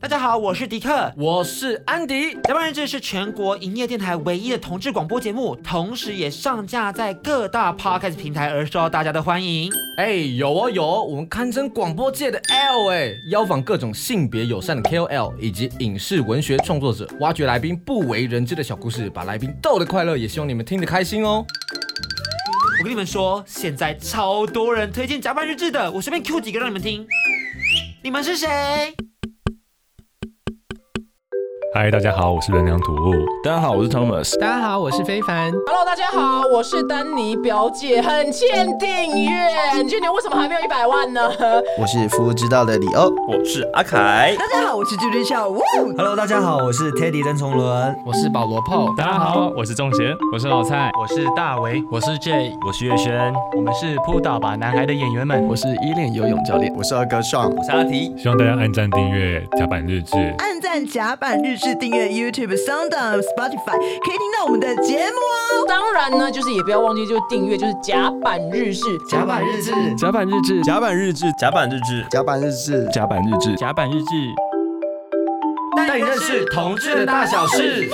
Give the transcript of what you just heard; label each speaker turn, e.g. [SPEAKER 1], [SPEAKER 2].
[SPEAKER 1] 大家好，我是迪克。
[SPEAKER 2] 我是安迪，
[SPEAKER 1] 台湾日志是全国营业电台唯一的同志广播节目，同时也上架在各大 podcast 平台，而受到大家的欢迎。
[SPEAKER 2] 哎、有哦有哦，我们堪称广播界的 L 哎、邀访各种性别友善的 KOL 以及影视文学创作者，挖掘来宾不为人知的小故事，把来宾逗得快乐，也希望你们听得开心哦。
[SPEAKER 1] 我跟你们说，现在超多人推荐甲板日志的，我随便 Q 几个让你们听。你们是谁？
[SPEAKER 3] 嗨，大家好，我是人良土物。
[SPEAKER 4] 大家好，我是 Thomas。
[SPEAKER 5] 大家好，我是非凡。
[SPEAKER 6] Hello，大家好，我是丹尼表姐，很欠订阅。你去年为什么还没有一百万呢？
[SPEAKER 7] 我是服务之道的李欧。
[SPEAKER 4] 我是阿凯。
[SPEAKER 8] 大家好，我是朱丽笑。呜
[SPEAKER 9] Hello，大家好，我是 Teddy 曾崇伦。
[SPEAKER 5] 我是保罗 PO，
[SPEAKER 3] 大家好，我是仲贤。
[SPEAKER 10] 我是老蔡，
[SPEAKER 11] 我是大为，
[SPEAKER 5] 我是 J，
[SPEAKER 4] 我是月轩。
[SPEAKER 11] 我们是扑倒吧男孩的演员们。
[SPEAKER 10] 我是依恋游泳教练。
[SPEAKER 7] 我是二哥尚，
[SPEAKER 4] 我是阿提。
[SPEAKER 3] 希望大家按赞、订阅《甲板日志》。
[SPEAKER 8] 按赞甲板日志，订阅 YouTube、Sound、Spotify，可以听到我们的节目哦。
[SPEAKER 6] 当然呢，就是也不要忘记，就是订阅，就是甲板日式。
[SPEAKER 5] 甲板日志。
[SPEAKER 10] 甲板日志，
[SPEAKER 4] 甲板日志，甲板日志，
[SPEAKER 7] 甲板日志。
[SPEAKER 4] 甲板日志。
[SPEAKER 10] 甲板日志。
[SPEAKER 2] 带你认识同志的大小事。